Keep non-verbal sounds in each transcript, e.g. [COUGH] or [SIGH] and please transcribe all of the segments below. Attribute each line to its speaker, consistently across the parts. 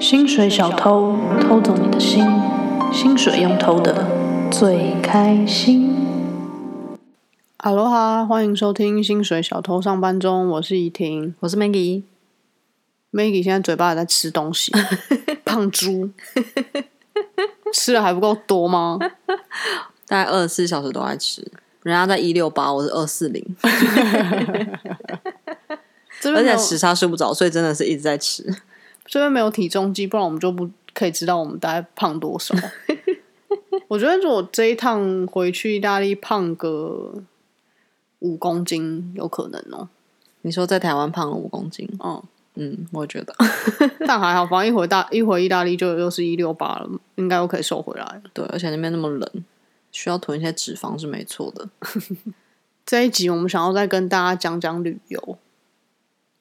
Speaker 1: 薪水小偷偷走你的心，薪水用偷的最开心。
Speaker 2: 哈喽哈，欢迎收听《薪水小偷上班中》，我是怡婷。
Speaker 1: 我是 Maggie，
Speaker 2: Maggie 现在嘴巴也在吃东
Speaker 1: [LAUGHS]
Speaker 2: 西，胖猪，吃的还不够多
Speaker 1: [LAUGHS]
Speaker 2: 吗？
Speaker 1: 大概二十四小时都在吃，人家在一六八，我是二四零，
Speaker 2: 这边
Speaker 1: 而
Speaker 2: 没
Speaker 1: 且
Speaker 2: 有
Speaker 1: 时差睡不着，所以真的是一直在吃。
Speaker 2: 这边没有体重计，不然我们就不可以知道我们大概胖多
Speaker 1: [LAUGHS]
Speaker 2: 少。我觉得如果这一趟回去意大利胖个五公斤，有可能哦。
Speaker 1: 你说在台湾胖了五公斤，
Speaker 2: 嗯，
Speaker 1: 嗯，我觉得
Speaker 2: [LAUGHS] 但还好，反正一回大一回意大利就又是一六八了，应该又可以瘦回来了。
Speaker 1: [LAUGHS] 对，而且那边那么冷，需要囤一些脂肪是没错的。
Speaker 2: 这一集我们想要再跟大家讲讲旅游。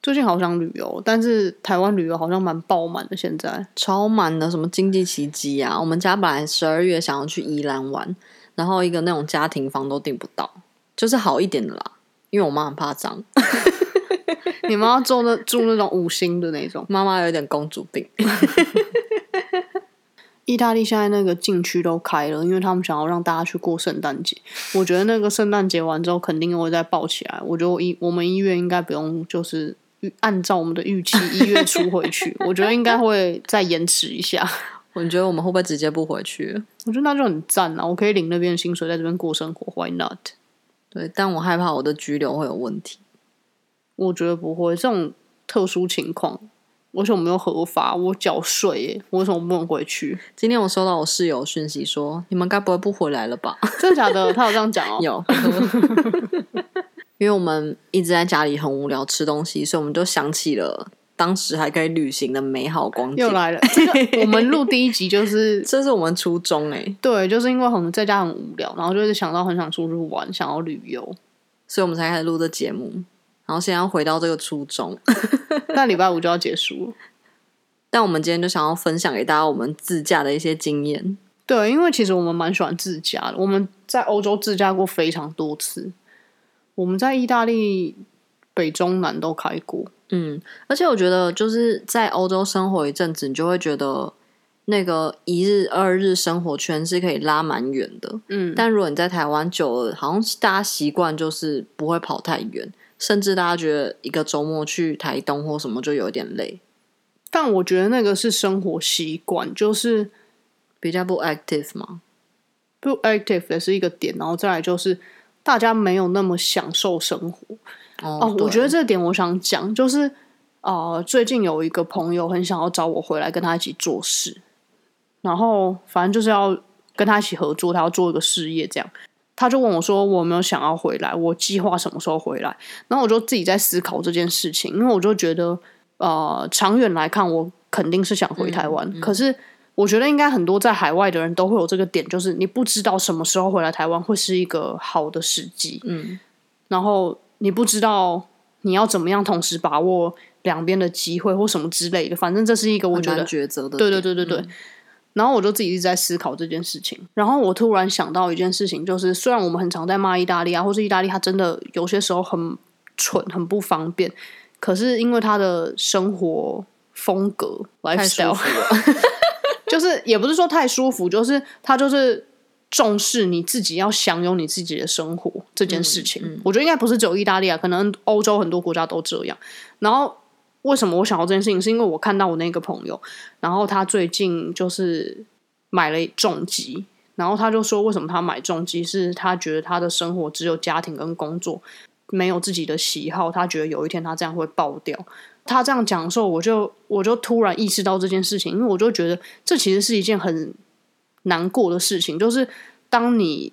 Speaker 2: 最近好想旅游，但是台湾旅游好像蛮爆满的。现在 [LAUGHS]
Speaker 1: 超满的，什么经济奇迹啊！我们家本来十二月想要去宜兰玩，然后一个那种家庭房都订不到，就是好一点的啦。因为我妈很怕脏，
Speaker 2: 你们要住那住那种五星的那种。
Speaker 1: 妈妈有点公主病。 [LAUGHS]
Speaker 2: 意大利现在那个禁区都开了，因为他们想要让大家去过圣诞节。我觉得那个圣诞节完之后，肯定又会再爆起来。我觉得我一我们一月应该不用，就是预按照我们的预期一月初回去。我觉得应该会再延迟一下。
Speaker 1: 我觉得我们会不会直接不回去？
Speaker 2: 我觉得那就很赞啊！我可以领那边的薪水，在这边过生活，Why not？
Speaker 1: 对，但我害怕我的拘留会有问题。
Speaker 2: 我觉得不会，这种特殊情况，而且我没有合法，我缴税耶，我为什么不能回去？
Speaker 1: 今天我收到我室友讯息说，你们该不会不回来了吧？
Speaker 2: 真的假的？他有这样讲哦、
Speaker 1: 有，因为我们一直在家里很无聊吃东西，所以我们就想起了当时还可以旅行的美好光景
Speaker 2: 又。来了，这个我们录第一集就是
Speaker 1: 这是我们初衷哎、
Speaker 2: 对，就是因为很在家很无聊，然后就是想到很想出去玩，想要旅游。
Speaker 1: 所以我们才开始录这节目。然后现在要回到这个初衷，
Speaker 2: 那礼拜五就要结束了。
Speaker 1: 但我们今天就想要分享给大家我们自驾的一些经验。
Speaker 2: 对，因为其实我们蛮喜欢自驾的，我们在欧洲自驾过非常多次，我们在意大利北中南都开过。
Speaker 1: 嗯，而且我觉得就是在欧洲生活一阵子，你就会觉得那个一日、二日生活圈是可以拉蛮远的。
Speaker 2: 嗯，
Speaker 1: 但如果你在台湾久了，好像大家习惯就是不会跑太远，甚至大家觉得一个周末去台东或什么就有点累，
Speaker 2: 但我觉得那个是生活习惯，就是。
Speaker 1: 比较不 active 嘛。
Speaker 2: 不 active 也是一个点，然后再来就是大家没有那么享受生活
Speaker 1: 哦
Speaker 2: 哦。我
Speaker 1: 对
Speaker 2: 觉得这点我想讲，就是啊、呃最近有一个朋友很想要找我回来跟他一起做事，然后反正就是要跟他一起合作，他要做一个事业这样。他就问我说：“我有没有想要回来？我计划什么时候回来？”然后我就自己在思考这件事情，因为我就觉得，呃，长远来看，我肯定是想回台湾。
Speaker 1: 嗯
Speaker 2: 可是我觉得应该很多在海外的人都会有这个点，就是你不知道什么时候回来台湾会是一个好的时机，
Speaker 1: 嗯，
Speaker 2: 然后你不知道你要怎么样同时把握两边的机会或什么之类的，反正这是一个我
Speaker 1: 很
Speaker 2: 觉得
Speaker 1: 难抉择的
Speaker 2: 对
Speaker 1: 点，嗯
Speaker 2: 对对对对。然后我就自己一直在思考这件事情，然后我突然想到一件事情，就是虽然我们很常在骂意大利啊，或是意大利它真的有些时候很蠢、很不方便，可是因为它的生活风格
Speaker 1: 太舒
Speaker 2: lifestyle
Speaker 1: 服了。
Speaker 2: 就是也不是说太舒服，就是他就是重视你自己要享有你自己的生活这件事情。我觉得应该不是只有意大利啊，可能欧洲很多国家都这样。然后为什么我想到这件事情，是因为我看到我那个朋友，然后他最近就是买了重疾。然后他就说，为什么他买重疾？是他觉得他的生活只有家庭跟工作，没有自己的喜好。他觉得有一天他这样会爆掉。他这样讲的时候，我就我就突然意识到这件事情，因为我就觉得这其实是一件很难过的事情，就是当你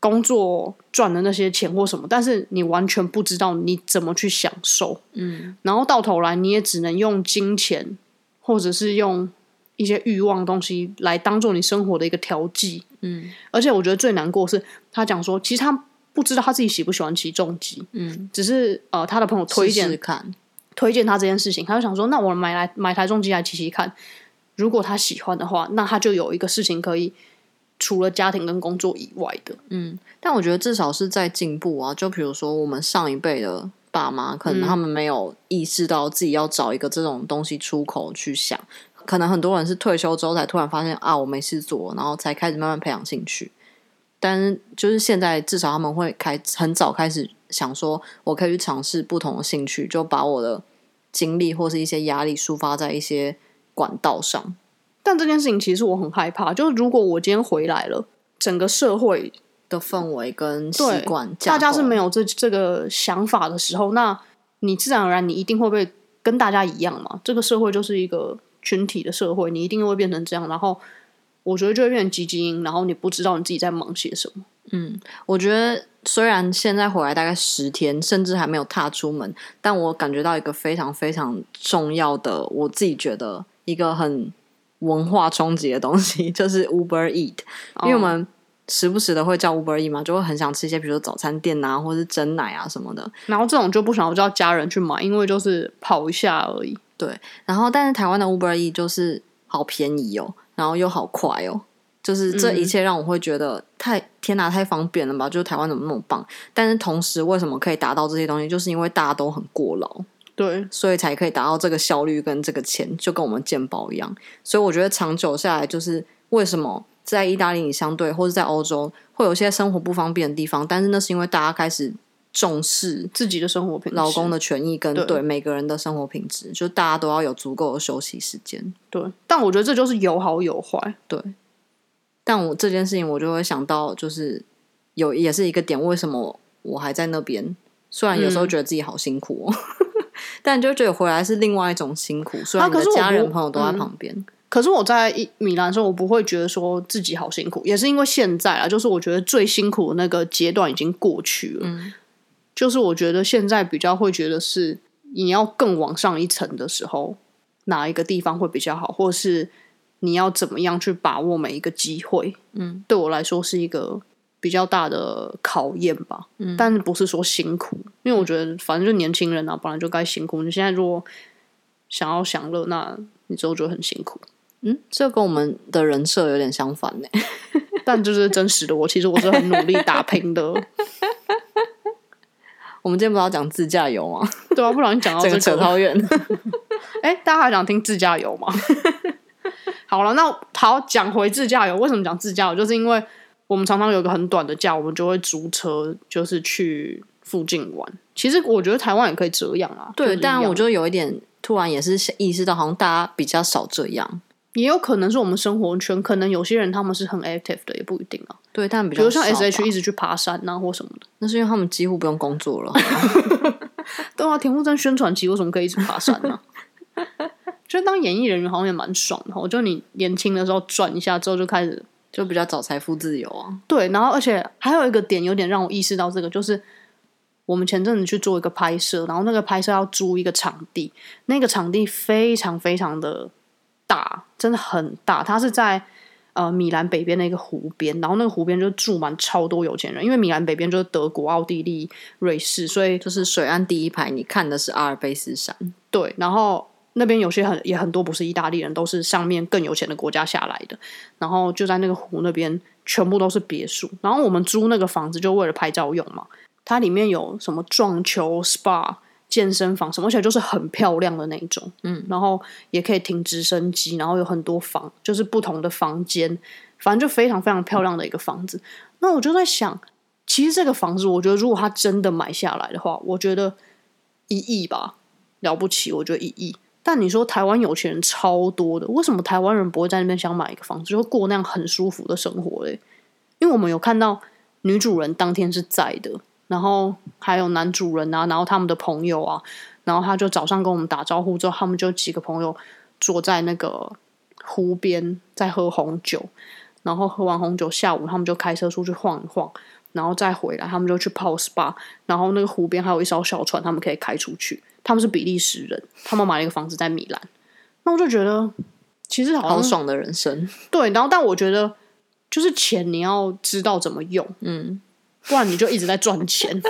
Speaker 2: 工作赚的那些钱或什么，但是你完全不知道你怎么去享受，嗯，然后到头来你也只能用金钱或者是用一些欲望的东西来当做你生活的一个调剂，
Speaker 1: 嗯，
Speaker 2: 而且我觉得最难过的是他讲说，其实他不知道他自己喜不喜欢骑重机，
Speaker 1: 嗯，
Speaker 2: 只是呃他的朋友 [LAUGHS] 推荐
Speaker 1: 试试看，
Speaker 2: 推荐他这件事情，他就想说，那我买来买台重机来骑骑看，如果他喜欢的话，那他就有一个事情可以除了家庭跟工作以外的，
Speaker 1: 但我觉得至少是在进步啊。就比如说我们上一辈的
Speaker 2: 嗯
Speaker 1: 爸妈，可能他们没有意识到自己要找一个这种东西出口去想，可能很多人是退休之后才突然发现啊，我没事做，然后才开始慢慢培养兴趣。但是就是现在，至少他们会开很早开始想说，我可以去尝试不同的兴趣，就把我的精力或是一些压力抒发在一些管道上。
Speaker 2: 但这件事情其实我很害怕，就是如果我今天回来了，整个社会
Speaker 1: 的氛围跟习
Speaker 2: 对
Speaker 1: 惯架构，
Speaker 2: 大家是没有这这个想法的时候，那你自然而然你一定会被跟大家一样嘛。这个社会就是一个群体的社会，你一定会变成这样。然后我觉得就会变成积极因，然后你不知道你自己在忙些什么。
Speaker 1: 我觉得虽然现在回来大概十天，甚至还没有踏出门，但我感觉到一个非常非常重要的，我自己觉得一个很文化冲击的东西， [LAUGHS] 就是 Uber Eat，因为我们。时不时的会叫 Uber Eat 嘛，就会很想吃一些，比如说早餐店啊，或是蒸奶啊什么的。
Speaker 2: 然后这种就不想要叫家人去买，因为就是跑一下而已。
Speaker 1: 然后，但是台湾的 Uber E 就是好便宜哦，然后又好快哦，就是这一切让我会觉得太、天哪，太方便了吧！就是台湾怎么那么棒？但是同时，为什么可以达到这些东西，就是因为大家都很过劳，
Speaker 2: 对，
Speaker 1: 所以才可以达到这个效率跟这个钱，就跟我们健保一样。所以我觉得长久下来，就是为什么在意大利你相对或者在欧洲会有一些生活不方便的地方，但是那是因为大家开始重视
Speaker 2: 自己的生活品质，
Speaker 1: 劳工的权益跟
Speaker 2: 对
Speaker 1: 对每个人的生活品质，就大家都要有足够的休息时间。
Speaker 2: 对，但我觉得这就是有好有坏。
Speaker 1: 但我这件事情，我就会想到，就是有也是一个点，为什么我还在那边？虽然有时候觉得自己好辛苦哦， [LAUGHS] 但就觉得回来是另外一种辛苦。虽然
Speaker 2: 啊
Speaker 1: 你的
Speaker 2: 可是我不
Speaker 1: 家人朋友都在旁边，
Speaker 2: 可是我在一米兰的时候，我不会觉得说自己好辛苦，也是因为现在啊，就是我觉得最辛苦的那个阶段已经过去了。就是我觉得现在比较会觉得是你要更往上一层的时候，哪一个地方会比较好，或是你要怎么样去把握每一个机会。嗯，对我来说是一个比较大的考验吧。嗯，但是不是说辛苦，因为我觉得反正就年轻人啊，本来就该辛苦。你现在如果想要享乐，那你之后就会很辛苦。
Speaker 1: 嗯，这跟我们的人设有点相反呢。 [LAUGHS]
Speaker 2: 但就是真实的我，其实我是很努力打拼的，
Speaker 1: 我们今天不是要讲自驾游吗？
Speaker 2: 对啊？不然你讲到
Speaker 1: 整
Speaker 2: 这
Speaker 1: 个扯
Speaker 2: 个，
Speaker 1: 超 [LAUGHS] 远。
Speaker 2: 哎、大家还想听自驾游吗？ [LAUGHS] 好了，那好，讲回自驾游，为什么讲自驾游？就是因为我们常常有一个很短的假，我们就会租车，就是去附近玩。其实我觉得台湾也可以这样啊，就
Speaker 1: 对，
Speaker 2: 是一
Speaker 1: 但
Speaker 2: 样
Speaker 1: 我就有一点突然也是意识到，好像大家比较少这样。
Speaker 2: 也有可能是我们生活圈，可能有些人他们是很 active 的，也不一定啊。
Speaker 1: 对，但比
Speaker 2: 比
Speaker 1: 较
Speaker 2: 如像
Speaker 1: 少
Speaker 2: S H
Speaker 1: 吧
Speaker 2: 一直去爬山啊，或什么的。
Speaker 1: E，那是因为他们几乎不用工作了。
Speaker 2: 对啊，田馥甄宣传期为什么可以一直爬山呢、 [LAUGHS] 就当演艺人员好像也蛮爽的哦，就你年轻的时候转一下之后就开始
Speaker 1: 就比较找财富自由啊。
Speaker 2: 对，然后而且还有一个点有点让我意识到这个，就是我们前阵子去做一个拍摄，然后那个拍摄要租一个场地，那个场地非常非常的大，真的很大，它是在呃米兰北边的一个湖边，然后那个湖边就住满超多有钱人，因为米兰北边就是德国、奥地利、瑞士，所以
Speaker 1: 就是水岸第一排，你看的是阿尔卑斯山，
Speaker 2: 对，然后那边有些很也很多不是意大利人，都是上面更有钱的国家下来的。然后就在那个湖那边，全部都是别墅。然后我们租那个房子就为了拍照用嘛，它里面有什么撞球、SPA、健身房什么，而且就是很漂亮的那一种。嗯，然后也可以停直升机，然后有很多房，就是不同的房间，反正就非常非常漂亮的一个房子。那我就在想。其实这个房子，我觉得如果他真的买下来的话，我觉得一亿吧，了不起，我觉得一亿。但你说台湾有钱人超多的，为什么台湾人不会在那边想买一个房子，就过那样很舒服的生活嘞？因为我们有看到女主人当天是在的，然后还有男主人啊，然后他们的朋友啊，然后他就早上跟我们打招呼之后，他们就几个朋友坐在那个湖边在喝红酒，然后喝完红酒，下午他们就开车出去晃一晃，然后再回来，他们就去泡 SPA，然后那个湖边还有一艘小船，他们可以开出去。他们是比利时人，他们买了一个房子在米兰。那我就觉得，其实好
Speaker 1: 好
Speaker 2: 像
Speaker 1: 爽的人生。
Speaker 2: 对，然后但我觉得就是钱你要知道怎么用，
Speaker 1: 嗯，
Speaker 2: 不然你就一直在赚钱。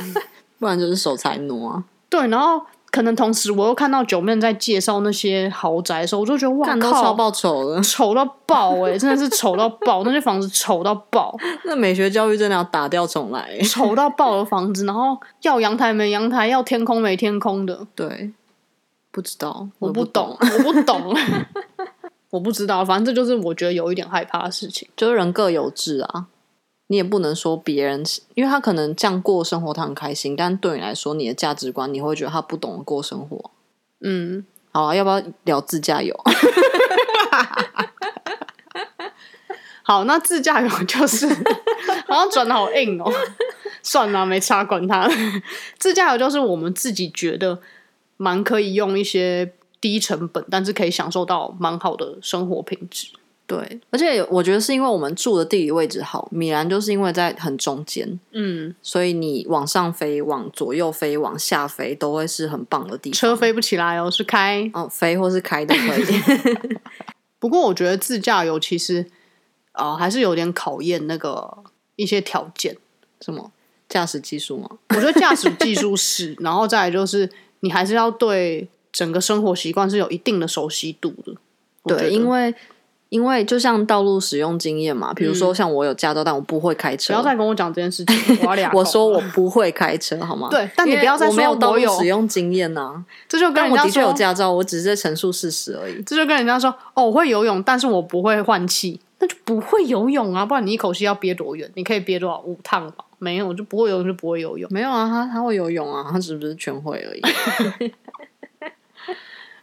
Speaker 1: 不然就是守财奴啊。
Speaker 2: 对，然后可能同时我又看到九妹在介绍那些豪宅的时候，我就觉得哇
Speaker 1: 看都超
Speaker 2: 靠，
Speaker 1: 爆丑了，
Speaker 2: 丑到爆哎、真的是丑到爆，那些房子丑到爆，
Speaker 1: [LAUGHS] 那美学教育真的要打掉重来、欸 [LAUGHS]
Speaker 2: 丑到爆的房子，然后要阳台没阳台，要天空没天空的，
Speaker 1: 对，不知道，
Speaker 2: 我
Speaker 1: 我不
Speaker 2: 不懂，我不懂。 [LAUGHS] 我不知道，反正这就是我觉得有一点害怕的事情。
Speaker 1: 就是人各有志啊。你也不能说别人，因为他可能这样过生活，他很开心，但对你来说，你的价值观，你会觉得他不懂得过生活。
Speaker 2: 嗯，
Speaker 1: 好、啊，要不要聊自驾游？啊
Speaker 2: 好，那自驾游 [LAUGHS] 就是好像转的好硬哦。 [LAUGHS] 算了，没差，管他。 [LAUGHS] 自驾游就是我们自己觉得蛮可以用一些低成本，但是可以享受到蛮好的生活品质。
Speaker 1: [LAUGHS] 对，而且我觉得是因为我们住的地理位置好，米兰就是因为在很中间，
Speaker 2: 嗯，
Speaker 1: 所以你往上飞、往左右飞、往下飞，都会是很棒的地方。
Speaker 2: 车飞不起来哦，是开。
Speaker 1: 哦，飞或是开都可以。 [LAUGHS]
Speaker 2: 不过我觉得自驾游其实啊、呃还是有点考验那个一些条件。
Speaker 1: 什么驾驶技术吗？
Speaker 2: 我觉得驾驶技术是，然后再来就是你还是要对整个生活习惯是有一定的熟悉度的。我觉
Speaker 1: 对，
Speaker 2: 得
Speaker 1: 因为因为就像道路使用经验嘛，比如说像我有驾照，但我嗯不会开
Speaker 2: 不
Speaker 1: 车
Speaker 2: 要。再跟我讲这件事情，我要俩口
Speaker 1: 我说我不会开车，好 [LAUGHS] 吗？
Speaker 2: 对但你
Speaker 1: 因为
Speaker 2: 不要再
Speaker 1: 我没
Speaker 2: 说
Speaker 1: 有道
Speaker 2: 我有
Speaker 1: 路使用经验 [LAUGHS] 呐、
Speaker 2: 这就跟
Speaker 1: 但
Speaker 2: 人
Speaker 1: 我
Speaker 2: 家
Speaker 1: 的确有
Speaker 2: 说，
Speaker 1: 驾照，我只是在陈述事实而已。
Speaker 2: 这就跟人家说，哦，我会游泳，但是我不会换气，那就不会游泳啊，不然你一口气要憋多远？你可以憋多少五趟吧？没有，就不会游泳就不会游泳。
Speaker 1: [LAUGHS] 没有啊，他他会游泳啊，他只不是全会而已。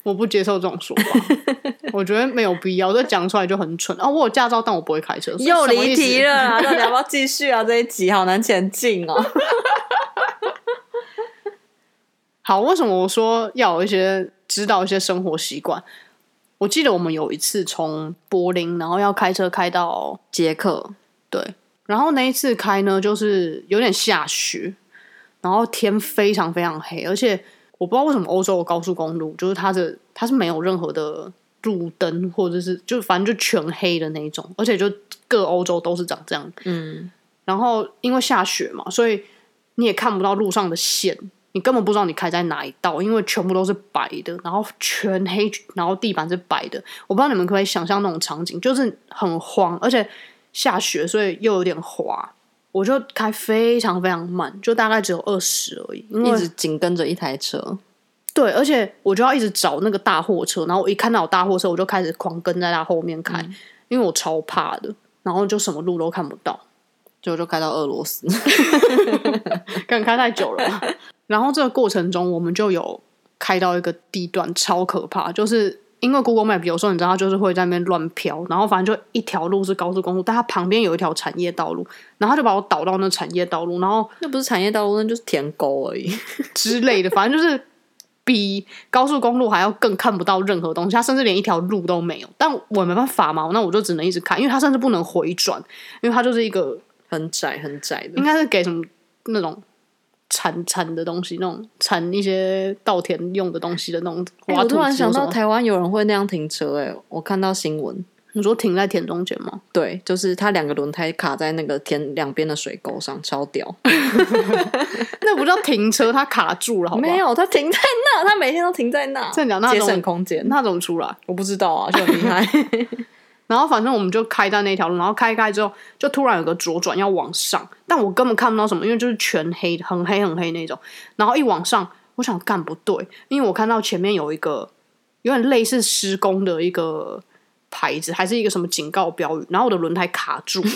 Speaker 2: 我不接受这种说法， [LAUGHS] 我觉得没有必要，这讲出来就很蠢啊、我有驾照，但我不会开车，
Speaker 1: [LAUGHS] 又
Speaker 2: 什么
Speaker 1: 离
Speaker 2: 意思
Speaker 1: 题了。啊！到底 [LAUGHS] 要不要继续啊？这一集好难前进 [LAUGHS] 哦。
Speaker 2: 好，为什么我说要有一些知道一些生活习惯？我记得我们有一次从柏林，然后要开车开到
Speaker 1: 杰克，
Speaker 2: 对，然后那一次开呢，就是有点下雪，然后天非常非常黑，而且我不知道为什么欧洲的高速公路就是它的它是没有任何的路灯，或者是就反正就全黑的那一种，而且就各欧洲都是长这样。
Speaker 1: 嗯，
Speaker 2: 然后因为下雪嘛，所以你也看不到路上的线，你根本不知道你开在哪一道，因为全部都是白的，然后全黑，然后地板是白的。我不知道你们可不可以想象那种场景，就是很慌，而且下雪，所以又有点滑。我就开非常非常慢，就大概只有二十而已，因为
Speaker 1: 一直紧跟着一台车，
Speaker 2: 对，而且我就要一直找那个大货车，然后我一看到有大货车，我就开始狂跟在他后面开，因为我超怕的，然后就什么路都看不到。
Speaker 1: 结果就开到俄罗斯。
Speaker 2: 可能开太久了吧。 [LAUGHS] 然后这个过程中，我们就有开到一个地段，超可怕，就是因为 Google Map 有时候你知道它就是会在那边乱飘，然后反正就一条路是高速公路，但它旁边有一条产业道路，然后它就把我导到那产业道路，然后
Speaker 1: [LAUGHS] 那不是产业道路，那就是舔沟而已。
Speaker 2: 之类的，反正就是比高速公路还要更看不到任何东西，它甚至连一条路都没有。但我没办法嘛，那我就只能一直开，因为它甚至不能回转，因为它就是一个
Speaker 1: 很窄很窄的
Speaker 2: 应。该是给什么那种铲铲的东西，那种铲一些稻田用的东西的那种
Speaker 1: 哎
Speaker 2: 挖
Speaker 1: 我
Speaker 2: 土机
Speaker 1: 突然想
Speaker 2: 或什
Speaker 1: 到
Speaker 2: 么
Speaker 1: 台湾有人会那样停车、哎，我看到新闻，
Speaker 2: 你说停在田中间吗？ [LAUGHS]
Speaker 1: 对，就是他两个轮胎卡在那个田两边的水沟上，超屌。
Speaker 2: 那不叫停车，它卡住了，好不好？
Speaker 1: 没有，他停在那，他每天都停在那，
Speaker 2: 真的假的那
Speaker 1: 节
Speaker 2: 种
Speaker 1: 省空间。
Speaker 2: 那怎么出来？
Speaker 1: 我不知道啊，就很厉 [LAUGHS] 害。
Speaker 2: 然后反正我们就开在那条路，然后开一开之后，就突然有个左转要往上，但我根本看不到什么，因为就是全黑，很黑很黑那种。然后一往上，我想干不对，因为我看到前面有一个有点类似施工的一个牌子，还是一个什么警告标语，然后我的轮胎卡住了。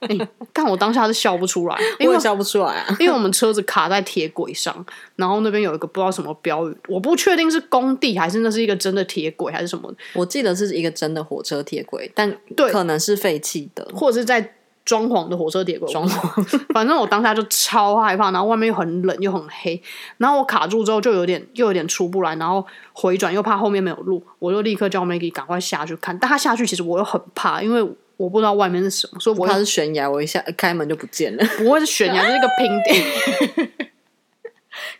Speaker 2: 哎但我当下是笑不出来，因
Speaker 1: 我
Speaker 2: 为
Speaker 1: 也笑不出来啊。
Speaker 2: 因为我们车子卡在铁轨上，然后那边有一个不知道什么标语，我不确定是工地还是那是一个真的铁轨还是什么，
Speaker 1: [LAUGHS] 我记得是一个真的火车铁轨，但
Speaker 2: 对
Speaker 1: 可能是废弃的
Speaker 2: 或者是在装潢的火车铁轨。我不
Speaker 1: 装潢。
Speaker 2: [LAUGHS] 反正我当下就超害怕，然后外面又很冷又很黑，然后我卡住之后就有点又有点出不来，然后回转又怕后面没有路，我就立刻叫 Maggie 赶快下去看。但他下去其实我又很怕，因为我不知道外面是什么，所以我
Speaker 1: 它
Speaker 2: 又
Speaker 1: 是悬崖，我一下开门就不见了。
Speaker 2: 不会是悬崖，就是一个平地。
Speaker 1: [LAUGHS]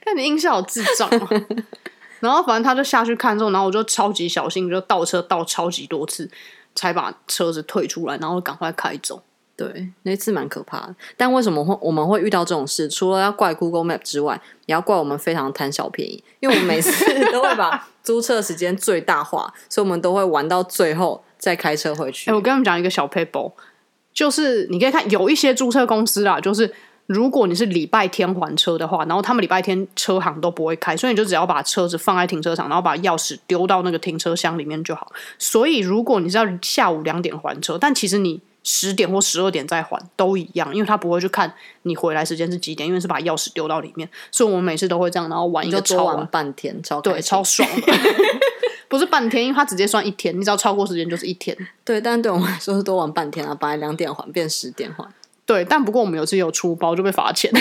Speaker 2: 看你音效好智障、啊。然后反正他就下去看之后，然后我就超级小心，就倒车倒超级多次，才把车子退出来，然后赶快开走。
Speaker 1: 对，那次蛮可怕的。但为什么会我们会遇到这种事？除了要怪 Google Map 之外，也要怪我们非常贪小便宜，因为我们每次 [LAUGHS] 都会把租车时间最大化，所以我们都会玩到最后再开车
Speaker 2: 哎
Speaker 1: 回去。
Speaker 2: 哎、我跟你们讲一个小 paper，就是你可以看有一些注册公司啦，就是如果你是礼拜天还车的话，然后他们礼拜天车行都不会开，所以你就只要把车子放在停车场，然后把钥匙丢到那个停车箱里面就好。所以如果你是要下午两点还车，但其实你十点或十二点再还都一样，因为他不会去看你回来时间是几点，因为是把钥匙丢到里面。所以我们每次都会这样，然后玩一
Speaker 1: 你
Speaker 2: 个
Speaker 1: 就
Speaker 2: 超
Speaker 1: 多
Speaker 2: 晚
Speaker 1: 玩半天，超开
Speaker 2: 对，
Speaker 1: 心
Speaker 2: 超爽的。 [LAUGHS] 不是半天，因为他直接算一天，你只要超过时间就是一天。
Speaker 1: 对，但对我们来说是多玩半天啊，本来两点还变十
Speaker 2: [LAUGHS]
Speaker 1: 点还，
Speaker 2: 对，但不过我们有次有出包就被罚钱， [LAUGHS]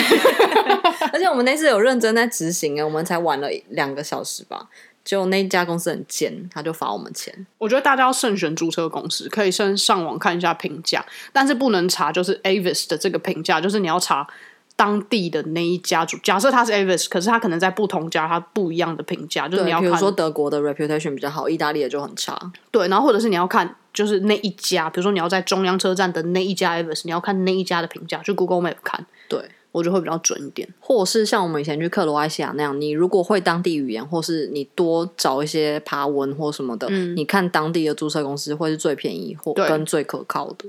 Speaker 1: 而且我们那次有认真在执行啊，我们才玩了两个小时吧。就那一家公司很贱，他就罚我们钱。
Speaker 2: 我觉得大家要慎选租车公司，可以先上网看一下评价，但是不能查就是 Avis 的这个评价，就是你要查当地的那一家主。假设他是 Avis，可是他可能在不同家他不一样的评价，就是你
Speaker 1: 对，
Speaker 2: 要
Speaker 1: 比如
Speaker 2: 看
Speaker 1: 说德国的 reputation 比较好，意大利的就很差。
Speaker 2: 对，然后或者是你要看就是那一家，比如说你要在中央车站的那一家 Avis，你要看那一家的评价，就 Google Map 看，
Speaker 1: 对，
Speaker 2: 我觉得会比较准一点。
Speaker 1: 或是像我们以前去克罗埃西亚那样，你如果会当地语言，或是你多找一些爬文或什么的，你看当地的租车公司会是最便宜或
Speaker 2: 嗯对
Speaker 1: 跟最可靠的。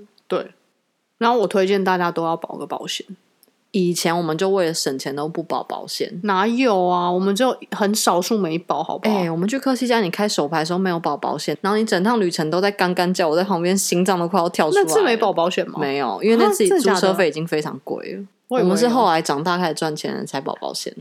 Speaker 2: 然后我推荐大家都要保个保险。
Speaker 1: 以前我们就为了省钱都不保保险。
Speaker 2: 哪有啊？我们只有很少数没保，好不好？
Speaker 1: 哎、我们去科西嘉，你开手牌的时候没有保保险，然后你整趟旅程都在干干叫，我在旁边心脏都快要跳出来
Speaker 2: 那
Speaker 1: 了。
Speaker 2: 次没保保险吗？
Speaker 1: 没有，因为那
Speaker 2: 啊
Speaker 1: 次
Speaker 2: 真的
Speaker 1: 租
Speaker 2: 假
Speaker 1: 车
Speaker 2: 的
Speaker 1: 费已经非常贵了。
Speaker 2: 我以为
Speaker 1: 我们是
Speaker 2: 有
Speaker 1: 后啊来长大开始赚钱才保保险，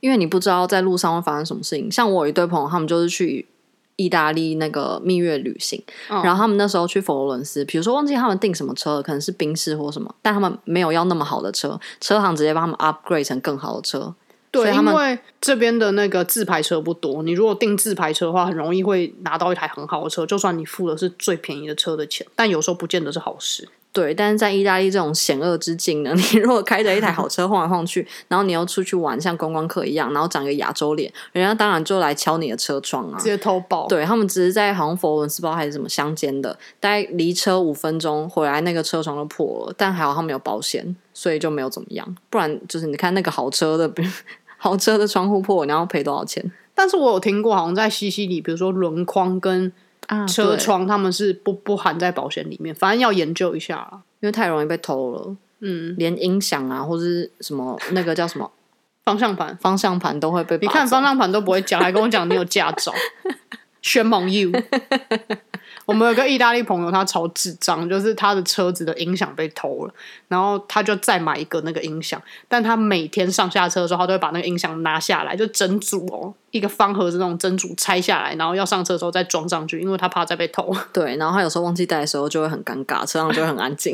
Speaker 1: 因为你不知道在路上会发生什么事情。像我有一对朋友，他们就是去意大利那个蜜月旅行，
Speaker 2: 嗯
Speaker 1: 然后他们那时候去佛罗伦斯，比如说忘记他们订什么车了，可能是宾士或什么，但他们没有要那么好的车，车行直接帮他们 upgrade 成更好的车。所
Speaker 2: 对，
Speaker 1: 以他
Speaker 2: 因
Speaker 1: 们
Speaker 2: 为这边的那个自排车不多，你如果订自排车的话，很容易会拿到一台很好的车，就算你付的是最便宜的车的钱，但有时候不见得是好事。
Speaker 1: 对，但是在意大利这种险恶之境呢， [LAUGHS] 你如果开着一台好车晃来晃去，然后你又出去玩，像观光客一样，然后长个亚洲脸，人家当然就来敲你的车窗啊
Speaker 2: 直。接偷保，
Speaker 1: 对他们只是在好像佛罗伦斯包还是什么乡间的，大概离车五分钟回来，那个车窗就破了，但还好他们有保险，所以就没有怎么样。不然就是你看那个豪车的， [LAUGHS] 豪车的窗户破，你要赔多少钱
Speaker 2: 但是我有听过，好像在西西里，比如说轮框跟
Speaker 1: 啊
Speaker 2: 车，窗，他们是不不含在保险里面，反正要研究一下啦。
Speaker 1: 因为太容易被偷了，
Speaker 2: 嗯，
Speaker 1: 连音响啊或是什么那个叫什么
Speaker 2: 方向盘，
Speaker 1: 方向盘都会被
Speaker 2: 你
Speaker 1: 拔
Speaker 2: 看
Speaker 1: 走
Speaker 2: 方向盘都不会讲，还跟我讲你有驾照，shame on you。我们有个意大利朋友，他超智障，就是他的车子的音响被偷了，然后他就再买一个那个音响，但他每天上下车的时候，他都会把那个音响拿下来，就整组哦，一个方盒子那种整组拆下来，然后要上车的时候再装上去，因为他怕再被偷。
Speaker 1: 对，然后他有时候忘记带的时候就会很尴尬，车上就会很
Speaker 2: [LAUGHS]
Speaker 1: 安静。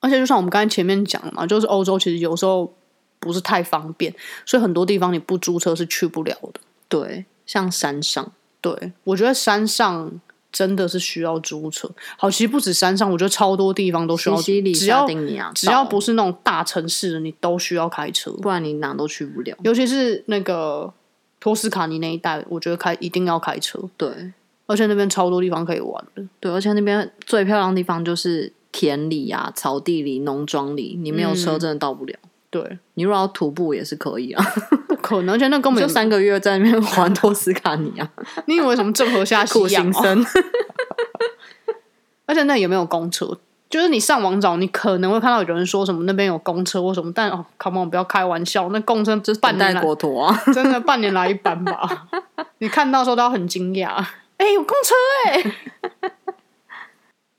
Speaker 2: 而且就像我们刚才前面讲的嘛，就是欧洲其实有时候不是太方便，所以很多地方你不租车是去不了的。
Speaker 1: 对，像山上，
Speaker 2: 对，我觉得山上真的是需要租车。好，其实不止山上，我觉得超多地方都需要
Speaker 1: 西
Speaker 2: 租，
Speaker 1: 西里、
Speaker 2: 只
Speaker 1: 撒
Speaker 2: 要
Speaker 1: 丁尼亚，
Speaker 2: 只要
Speaker 1: 岛
Speaker 2: 不是那种大城市的，你都需要开车。
Speaker 1: 不然你哪都去不了。
Speaker 2: 尤其是那个托斯卡尼那一带，我觉得开一定要开车，
Speaker 1: 对
Speaker 2: 而且那边超多地方可以玩的。
Speaker 1: 对，而且那边最漂亮的地方就是田里啊、草地里、农庄里，你没有
Speaker 2: 嗯
Speaker 1: 车真的到不了。 [LAUGHS]
Speaker 2: 对，
Speaker 1: 你如果要徒步也是可以啊，
Speaker 2: 不可能，而且那根本
Speaker 1: 就
Speaker 2: 也
Speaker 1: 三个月在那边 [LAUGHS] 环托斯卡尼
Speaker 2: [LAUGHS]
Speaker 1: 啊，
Speaker 2: 你以为什么郑和下西
Speaker 1: 苦
Speaker 2: 洋
Speaker 1: 行
Speaker 2: 哦、
Speaker 1: 僧。
Speaker 2: 而且那也没有公车。就是你上网找，你可能会看到有人说什么那边有公车或什么，但哦，come on，不要开玩笑，那公车就是 [LAUGHS] 半
Speaker 1: 半
Speaker 2: 年来
Speaker 1: 代国陀啊， [LAUGHS]
Speaker 2: 真的半年来一班吧。 [LAUGHS] 你看到时候都要很惊讶，哎、有公车哎、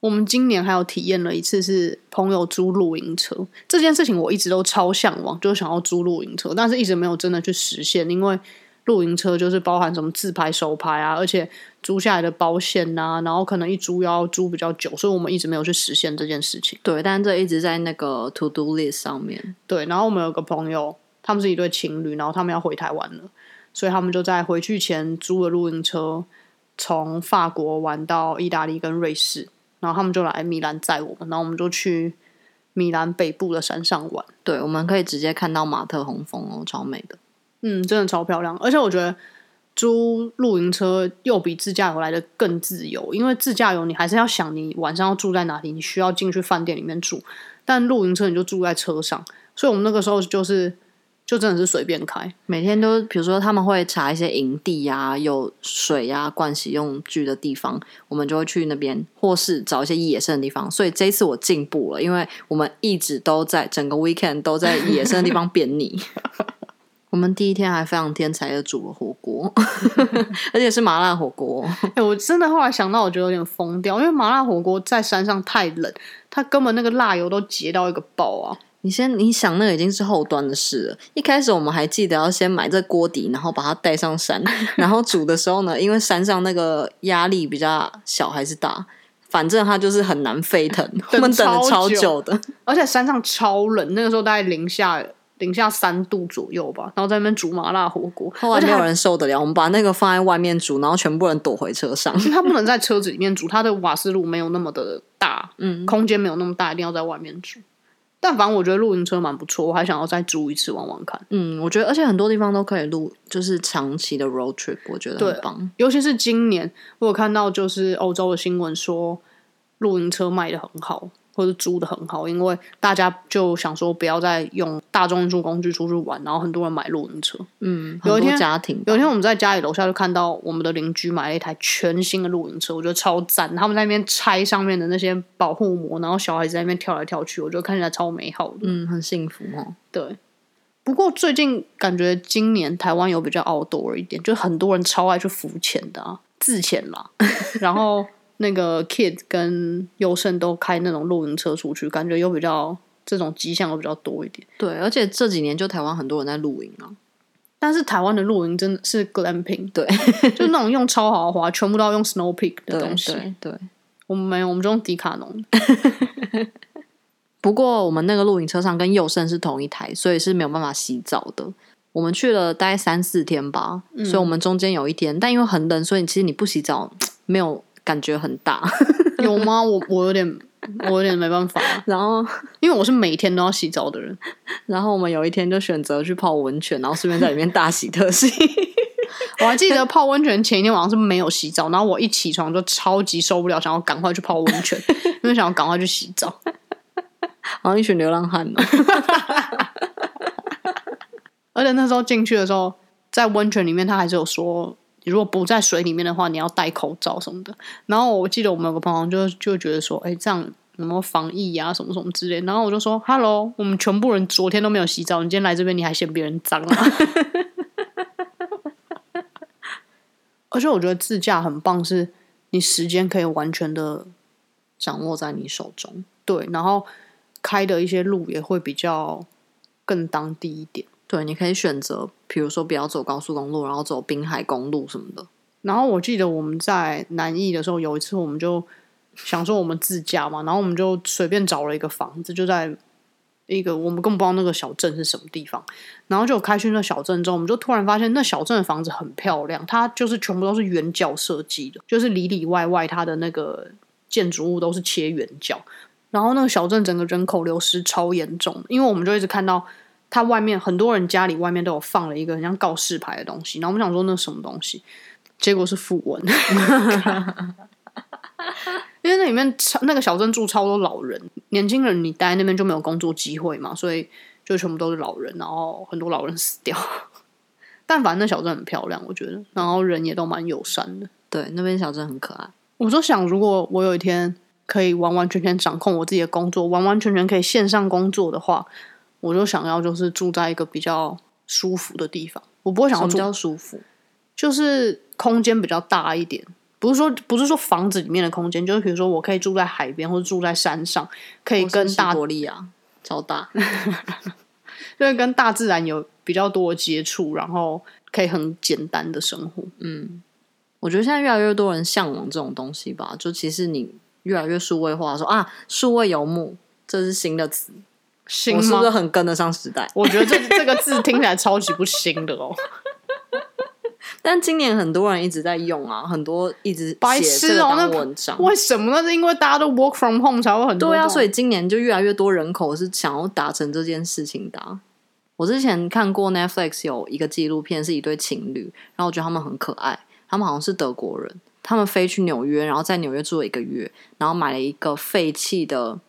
Speaker 2: 我们今年还有体验了一次是朋友租露营车这件事情，我一直都超向往，就是想要租露营车，但是一直没有真的去实现，因为露营车就是包含什么自拍、手拍啊，而且租下来的保险呐、然后可能一租要租比较久，所以我们一直没有去实现这件事情。
Speaker 1: 对，但这一直在那个 to do list 上面。
Speaker 2: 对，然后我们有个朋友，他们是一对情侣，然后他们要回台湾了，所以他们就在回去前租了露营车，从法国玩到意大利跟瑞士，然后他们就来米兰载我们，然后我们就去米兰北部的山上玩，
Speaker 1: 对，我们可以直接看到马特洪峰哦，超美的。
Speaker 2: 嗯，真的超漂亮，而且我觉得。租露营车又比自驾游来的更自由，因为自驾游你还是要想你晚上要住在哪里，你需要进去饭店里面住，但露营车你就住在车上，所以我们那个时候就是就真的是随便开。
Speaker 1: 每天都，比如说他们会查一些营地啊，有水啊、盥洗用具的地方，我们就会去那边，或是找一些野生的地方。所以这一次我进步了，因为我们一直都在整个 weekend 都在野生的地方变腻。 [LAUGHS] 我们第一天还非常天才的煮了火锅，而且是麻辣火锅。
Speaker 2: 哎、我真的后来想到，我觉得有点疯掉，因为麻辣火锅在山上太冷，它根本那个辣油都结到一个爆啊！
Speaker 1: 你先，你想那个已经是后端的事了。一开始我们还记得要先买这锅底，然后把它带上 [LAUGHS] 山，然后煮的时候呢，因为山上那个压力比较小还是大，反正它就是很难沸 [LAUGHS] 腾。我们等了超
Speaker 2: 超久
Speaker 1: 久的，
Speaker 2: 而且山上超冷，那个时候大概零下零下三度左右吧，然后在那边煮麻辣火锅，
Speaker 1: 后来
Speaker 2: 而且
Speaker 1: 没有
Speaker 2: 还
Speaker 1: 人受得了，我们把那个放在外面煮，然后全部人躲回车上。
Speaker 2: 因为它不能在车子里面煮，它的瓦斯炉没有那么的大，
Speaker 1: 嗯，
Speaker 2: 空间没有那么大，一定要在外面煮。但反正我觉得露营车蛮不错，我还想要再租一次玩玩看。
Speaker 1: 嗯，我觉得而且很多地方都可以录，就是长期的 road trip，我觉得
Speaker 2: 对
Speaker 1: 很棒。
Speaker 2: 尤其是今年，我有看到就是欧洲的新闻说，露营车卖的很好，或者租的很好，因为大家就想说不要再用大众运输工具出去玩，然后很多人买露营车。
Speaker 1: 嗯，
Speaker 2: 有一
Speaker 1: 很多
Speaker 2: 天
Speaker 1: 家庭吧，
Speaker 2: 有一天我们在家里楼下就看到我们的邻居买了一台全新的露营车，我觉得超赞。他们在那边拆上面的那些保护膜，然后小孩子在那边跳来跳去，我觉得看起来超美好的。
Speaker 1: 嗯，很幸福哦。
Speaker 2: 对。不过最近感觉今年台湾有比较 outdoor 一点，就很多人超爱去浮潜的啊，自潜
Speaker 1: [LAUGHS]
Speaker 2: 啦。然后那个 Kid 跟优胜都开那种露营车出去，感觉又比较这种迹象又比较多一点。
Speaker 1: 对，而且这几年就台湾很多人在露营啊。
Speaker 2: 但是台湾的露营真的是 glamping，
Speaker 1: 对，
Speaker 2: 就那种用超豪华，全部都要用 Snow Peak 的
Speaker 1: 对
Speaker 2: 东西。
Speaker 1: 对对，
Speaker 2: 我们没有，我们就用迪卡侬。
Speaker 1: 不过我们那个露营车上跟佑胜是同一台，所以是没有办法洗澡的。我们去了大概三四天吧，
Speaker 2: 嗯
Speaker 1: 所以我们中间有一天，但因为很冷，所以其实你不洗澡没有感觉很大。 [LAUGHS]
Speaker 2: 有吗？我我有点，我有点没办法，啊
Speaker 1: 然后，
Speaker 2: 因为我是每天都要洗澡的人。
Speaker 1: 然后我们有一天就选择去泡温泉，然后顺便在里面大洗特洗。 [LAUGHS]
Speaker 2: 我还记得泡温泉前一天晚上是没有洗澡，然后我一起床就超级受不了，想要赶快去泡温泉，因为想要赶快去洗澡。
Speaker 1: 好像一群流浪汉哦。 [LAUGHS]
Speaker 2: 而且那时候进去的时候，在温泉里面他还是有说。你如果不在水里面的话，你要戴口罩什么的。然后我记得我们有个朋友就就觉得说，哎、这样有没有防疫啊，什么什么之类。然后我就说，Hello，我们全部人昨天都没有洗澡，你今天来这边你还嫌别人脏啊？而且我觉得自驾很棒，是你时间可以完全的
Speaker 1: 掌握在你手中，
Speaker 2: 对，然后开的一些路也会比较更当地一点。
Speaker 1: 对，你可以选择，比如说不要走高速公路，然后走滨海公路什么的。
Speaker 2: 然后我记得我们在南艺的时候，有一次我们就想说我们自驾嘛，然后我们就随便找了一个房子，就在一个我们更不知道那个小镇是什么地方，然后就开去那小镇之后，我们就突然发现那小镇的房子很漂亮，它就是全部都是圆角设计的，就是里里外外它的那个建筑物都是切圆角，然后那个小镇整个人口流失超严重，因为我们就一直看到。它外面很多人家里外面都有放了一个很像告示牌的东西，然后我们想说那是什么东西，结果是符文，因为那里面超那个小镇住超多老人，年轻人你待在那边就没有工作机会嘛，所以就全部都是老人，然后很多老人死掉。 [LAUGHS] 但反正那小镇很漂亮，我觉得，然后人也都蛮友善的。
Speaker 1: 对，那边小镇很可爱。
Speaker 2: 我就想，如果我有一天可以完完全全掌控我自己的工作，完完全全可以线上工作的话，我就想要就是住在一个比较舒服的地方，我不会想
Speaker 1: 什
Speaker 2: 要
Speaker 1: 么
Speaker 2: 住
Speaker 1: 叫舒服？
Speaker 2: 就是空间比较大一点，不是说不是说房子里面的空间，就是比如说我可以住在海边或者住在山上，可以跟大
Speaker 1: 多利亚超大。
Speaker 2: 就是跟大自然有比较多的接触，然后可以很简单的生活。
Speaker 1: 我觉得现在越来越多人向往这种东西吧，就其实你越来越数位化说，啊，数位游牧这是新的词，
Speaker 2: 新
Speaker 1: 我是不是
Speaker 2: 吗？
Speaker 1: 很跟得上时代？
Speaker 2: 我觉得这这个字听起来超级不新的哦，
Speaker 1: 但今年很多人一直在用啊，很多一直
Speaker 2: 白
Speaker 1: 写
Speaker 2: 痴
Speaker 1: 这个
Speaker 2: 哦、
Speaker 1: 当
Speaker 2: 那
Speaker 1: 文章。
Speaker 2: 为什么呢？是因为大家都 work from home 才会很多
Speaker 1: 对啊，所
Speaker 2: 以
Speaker 1: 以今年就越来越多人口是想要达成这件事情的啊、我之前看过 Netflix 有一个纪录片，是一对情侣，然后我觉得他们很可爱，他们好像是德国人，他们飞去纽约，然后在纽约住了一个月，然后买了一个废弃的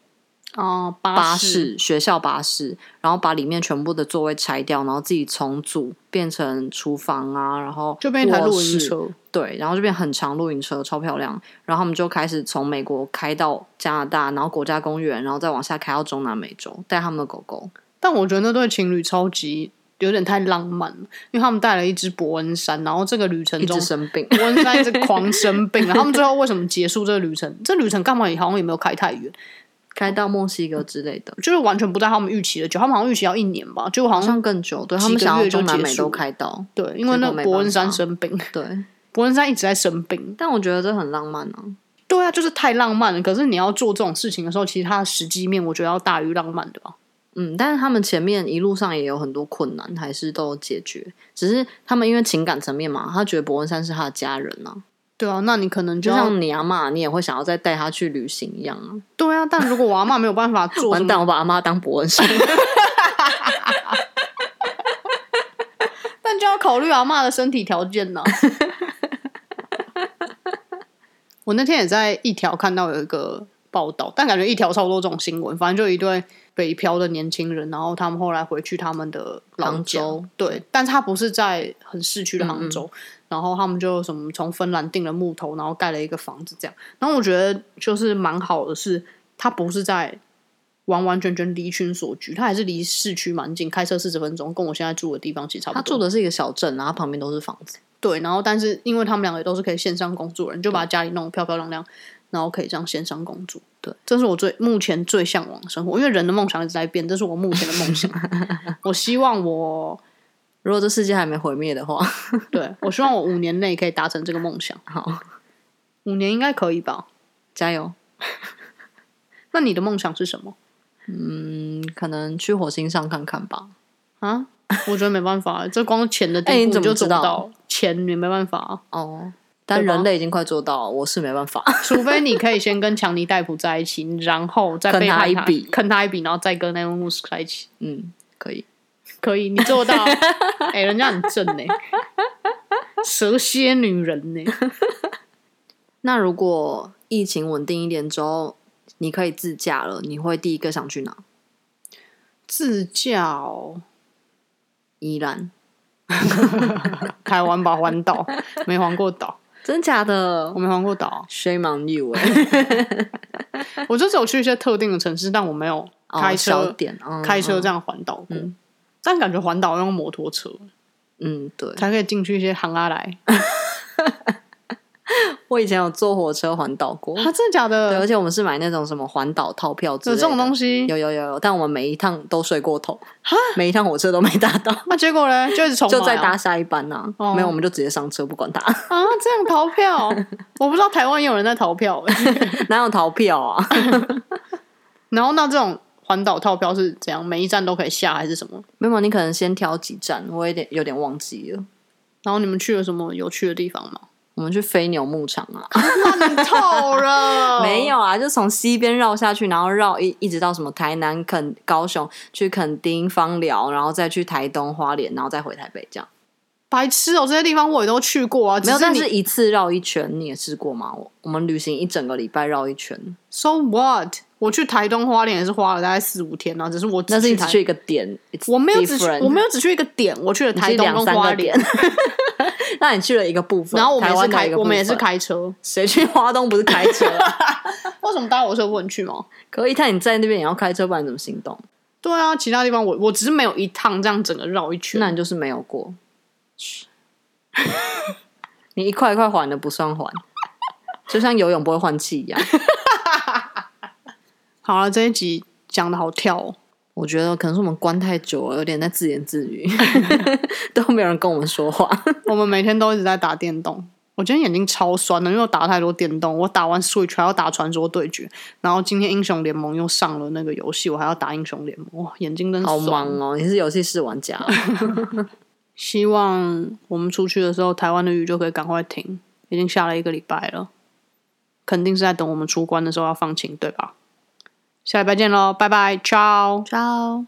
Speaker 2: 哦，
Speaker 1: 巴
Speaker 2: 士，
Speaker 1: 士，学校巴士，然后把里面全部的座位拆掉，然后自己重组变成厨房啊，然后
Speaker 2: 就变成一台露
Speaker 1: 卧
Speaker 2: 营
Speaker 1: 室，
Speaker 2: 车，
Speaker 1: 对，然后就变很长露营车，超漂亮。然后他们就开始从美国开到加拿大，然后国家公园，然后再往下开到中南美洲，带他们的狗狗。
Speaker 2: 但我觉得那对情侣超级有点太浪漫了，因为他们带了一只伯恩山，然后这个旅程
Speaker 1: 一
Speaker 2: 中
Speaker 1: 直生病，
Speaker 2: 伯恩山一直狂生
Speaker 1: [LAUGHS]
Speaker 2: 病，然后他们最后为什么结束这个旅程？这旅程干嘛也好像也没有开太远，
Speaker 1: 开到墨西哥之类的，
Speaker 2: 就是完全不在他们预期的久，他们好像预期要一年吧，就好
Speaker 1: 好
Speaker 2: 像
Speaker 1: 像更久。对他
Speaker 2: 几
Speaker 1: 们
Speaker 2: 个
Speaker 1: 想
Speaker 2: 月
Speaker 1: 要
Speaker 2: 就
Speaker 1: 中南
Speaker 2: 结
Speaker 1: 美
Speaker 2: 束
Speaker 1: 都
Speaker 2: 了
Speaker 1: 开到，
Speaker 2: 对，因为
Speaker 1: 结
Speaker 2: 那
Speaker 1: 果没
Speaker 2: 伯恩
Speaker 1: 办
Speaker 2: 山
Speaker 1: 法
Speaker 2: 生病，
Speaker 1: 对。
Speaker 2: 伯恩山一直在生病。
Speaker 1: 但我觉得这很浪漫啊。
Speaker 2: 对啊，就是太浪漫了。可是你要做这种事情的时候，其实它的实际面，我觉得要大于浪漫的吧。
Speaker 1: 嗯，但是他们前面一路上也有很多困难，还是都有解决。只是他们因为情感层面嘛，他觉得伯恩山是他的家人啊，
Speaker 2: 对啊，那你可能就
Speaker 1: 就
Speaker 2: 要
Speaker 1: 像你阿妈，你也会想要再带他去旅行一样啊。
Speaker 2: 对啊。但如果我阿妈没有办法做什
Speaker 1: 完蛋，
Speaker 2: 么，
Speaker 1: 我把阿妈当伯恩山。
Speaker 2: [LAUGHS] 但就要考虑阿妈的身体条件 [LAUGHS] 呢、我那天也在一条看到有一个报道，但感觉一条超多这种新闻。反正就有一对北漂的年轻人，然后他们后来回去他们的老
Speaker 1: 杭
Speaker 2: 家
Speaker 1: 州
Speaker 2: 对，但是他不是在很市区的杭州，嗯然后他们就什么从芬兰订了木头，然后盖了一个房子这样。然后我觉得就是蛮好的是，他不是在完完全全离群所居，他还是离市区蛮近，开车四十分钟，跟我现在住的地方其实差不
Speaker 1: 他
Speaker 2: 多。
Speaker 1: 住的是一个小镇，然后旁边都是房子。
Speaker 2: 对，然后但是因为他们两个也都是可以线上工作人，就把家里弄得漂漂亮亮，然后可以这样线上工作。
Speaker 1: 对，
Speaker 2: 这是我最目前最向往的生活，因为人的梦想一直在变，这是我目前的梦
Speaker 1: [LAUGHS]
Speaker 2: 想。我希望我，
Speaker 1: 如果这世界还没毁灭的话， [LAUGHS]
Speaker 2: 对我希望我五年内可以达成这个梦想，
Speaker 1: 好，
Speaker 2: 五年应该可以吧？
Speaker 1: 加油。
Speaker 2: 那你的梦想是什么
Speaker 1: 嗯，可能去火星上看看吧。
Speaker 2: 啊？我觉得没办法，这光钱的地
Speaker 1: [LAUGHS] 哎
Speaker 2: 步
Speaker 1: 你怎么
Speaker 2: 就做
Speaker 1: 知
Speaker 2: 不
Speaker 1: 道
Speaker 2: 到，钱也没办法啊、
Speaker 1: 哦，但
Speaker 2: 对吧
Speaker 1: 人类已经快做到了，我是没办法。 [LAUGHS]
Speaker 2: 除非你可以先跟强尼戴普在一起，然后再
Speaker 1: 坑
Speaker 2: 背
Speaker 1: 他
Speaker 2: 叛
Speaker 1: 一笔
Speaker 2: 坑他一笔，然后再跟 Elon Musk 在一起。
Speaker 1: 嗯，可以。
Speaker 2: 可以，你做到。 [LAUGHS] 哎、人家很正呢、蛇蝎女人呢、
Speaker 1: 那如果疫情稳定一点之后，你可以自驾了，你会第一个想去哪？
Speaker 2: 自驾哦，
Speaker 1: 宜兰？
Speaker 2: 台湾吧，环 [LAUGHS] 岛没环过岛，
Speaker 1: 真假的 [LAUGHS]
Speaker 2: 我没环过岛，
Speaker 1: ？Shame on you！哎、
Speaker 2: 我就只有去一些特定的城市，但我没有
Speaker 1: 哦
Speaker 2: 开车、
Speaker 1: 小点，嗯
Speaker 2: 开车这样环岛过。但感觉环岛要用摩托车
Speaker 1: 嗯嗯，对。
Speaker 2: 才可以进去一些行阿来，
Speaker 1: 我以前有坐火车环岛过，
Speaker 2: 啊，真的假
Speaker 1: 对，而
Speaker 2: 的？
Speaker 1: 且我们是买那种什么环岛套票之
Speaker 2: 有
Speaker 1: 类
Speaker 2: 这
Speaker 1: 的
Speaker 2: 种东西？
Speaker 1: 有有有有，但我们每一趟都睡过头，每一趟火车都没搭到，
Speaker 2: 那、啊结果呢？就一直重
Speaker 1: 就
Speaker 2: 买
Speaker 1: 再
Speaker 2: 哦
Speaker 1: 搭下一班呐、
Speaker 2: 哦
Speaker 1: 没有，我们就直接上车，不管它，
Speaker 2: 啊！这样逃 [LAUGHS] 票，我不知道台湾也有人在逃票、欸。
Speaker 1: [LAUGHS] 哪有逃
Speaker 2: [LAUGHS]
Speaker 1: 票啊？
Speaker 2: 然后那这种环岛套票是怎样？每一站都可以下还是什么？
Speaker 1: 没有，你可能先挑几站，我有点有点忘记了。
Speaker 2: 然后你们去了什么有趣的地方吗？
Speaker 1: 我们去飞牛牧场啊，
Speaker 2: 烂透了
Speaker 1: [LAUGHS] 没有啊，就从西边绕下去，然后绕一一直到什么台南、垦、高雄，去垦丁、芳寮，然后再去台东、花莲，然后再回台北，这样。
Speaker 2: 白痴哦、这些地方我也都去过啊。
Speaker 1: 没有，
Speaker 2: 只
Speaker 1: 但
Speaker 2: 你
Speaker 1: 是一次绕一圈，你也试过吗？我我们旅行一整个礼拜绕一圈，
Speaker 2: so what？我去台东花莲也是花了大概四五天啊，只是我只
Speaker 1: 但是
Speaker 2: 去
Speaker 1: 你只
Speaker 2: 台，
Speaker 1: 去一个点，it's
Speaker 2: 我没有只去，
Speaker 1: different
Speaker 2: 我没有只去一个点，我去了
Speaker 1: 你去
Speaker 2: 台东
Speaker 1: 两
Speaker 2: 跟
Speaker 1: 三
Speaker 2: 花
Speaker 1: 个
Speaker 2: 莲
Speaker 1: 点，， [LAUGHS] 那你去了一个部分，
Speaker 2: 然后我们
Speaker 1: 台
Speaker 2: 也是
Speaker 1: 湾的
Speaker 2: 开
Speaker 1: 一，个
Speaker 2: 我们也是
Speaker 1: 部分，
Speaker 2: 开车。
Speaker 1: 谁去花东不是开车啊、 [LAUGHS]
Speaker 2: 为什么搭火车不能去吗？
Speaker 1: 可以，但你在那边也要开车，不然怎么行动？
Speaker 2: 对啊，其他地方我我只是没有一趟这样整个绕一圈。
Speaker 1: 那你就是没有过，你一块一块还的不算还，就像游泳不会换气一样。
Speaker 2: 好啊了，这一集讲的好跳、哦，
Speaker 1: [LAUGHS] 我觉得可能是我们关太久了，有点在自言自语， [LAUGHS] 都没有人跟我们说话。 [LAUGHS]
Speaker 2: [LAUGHS] 我们每天都一直在打电动。我今天眼睛超酸的，因为我打太多电动。我打完 Switch 还要打传说对决，然后今天英雄联盟又上了那个游戏，我还要打英雄联盟，哇，眼睛真
Speaker 1: 好
Speaker 2: 酸。
Speaker 1: 忙哦，你是游戏室玩家哦、
Speaker 2: 希望我们出去的时候，台湾的雨就可以赶快停，已经下了一个礼拜了，肯定是在等我们出关的时候要放晴，对吧？下礼拜见喽，拜拜，ciao。
Speaker 1: 招。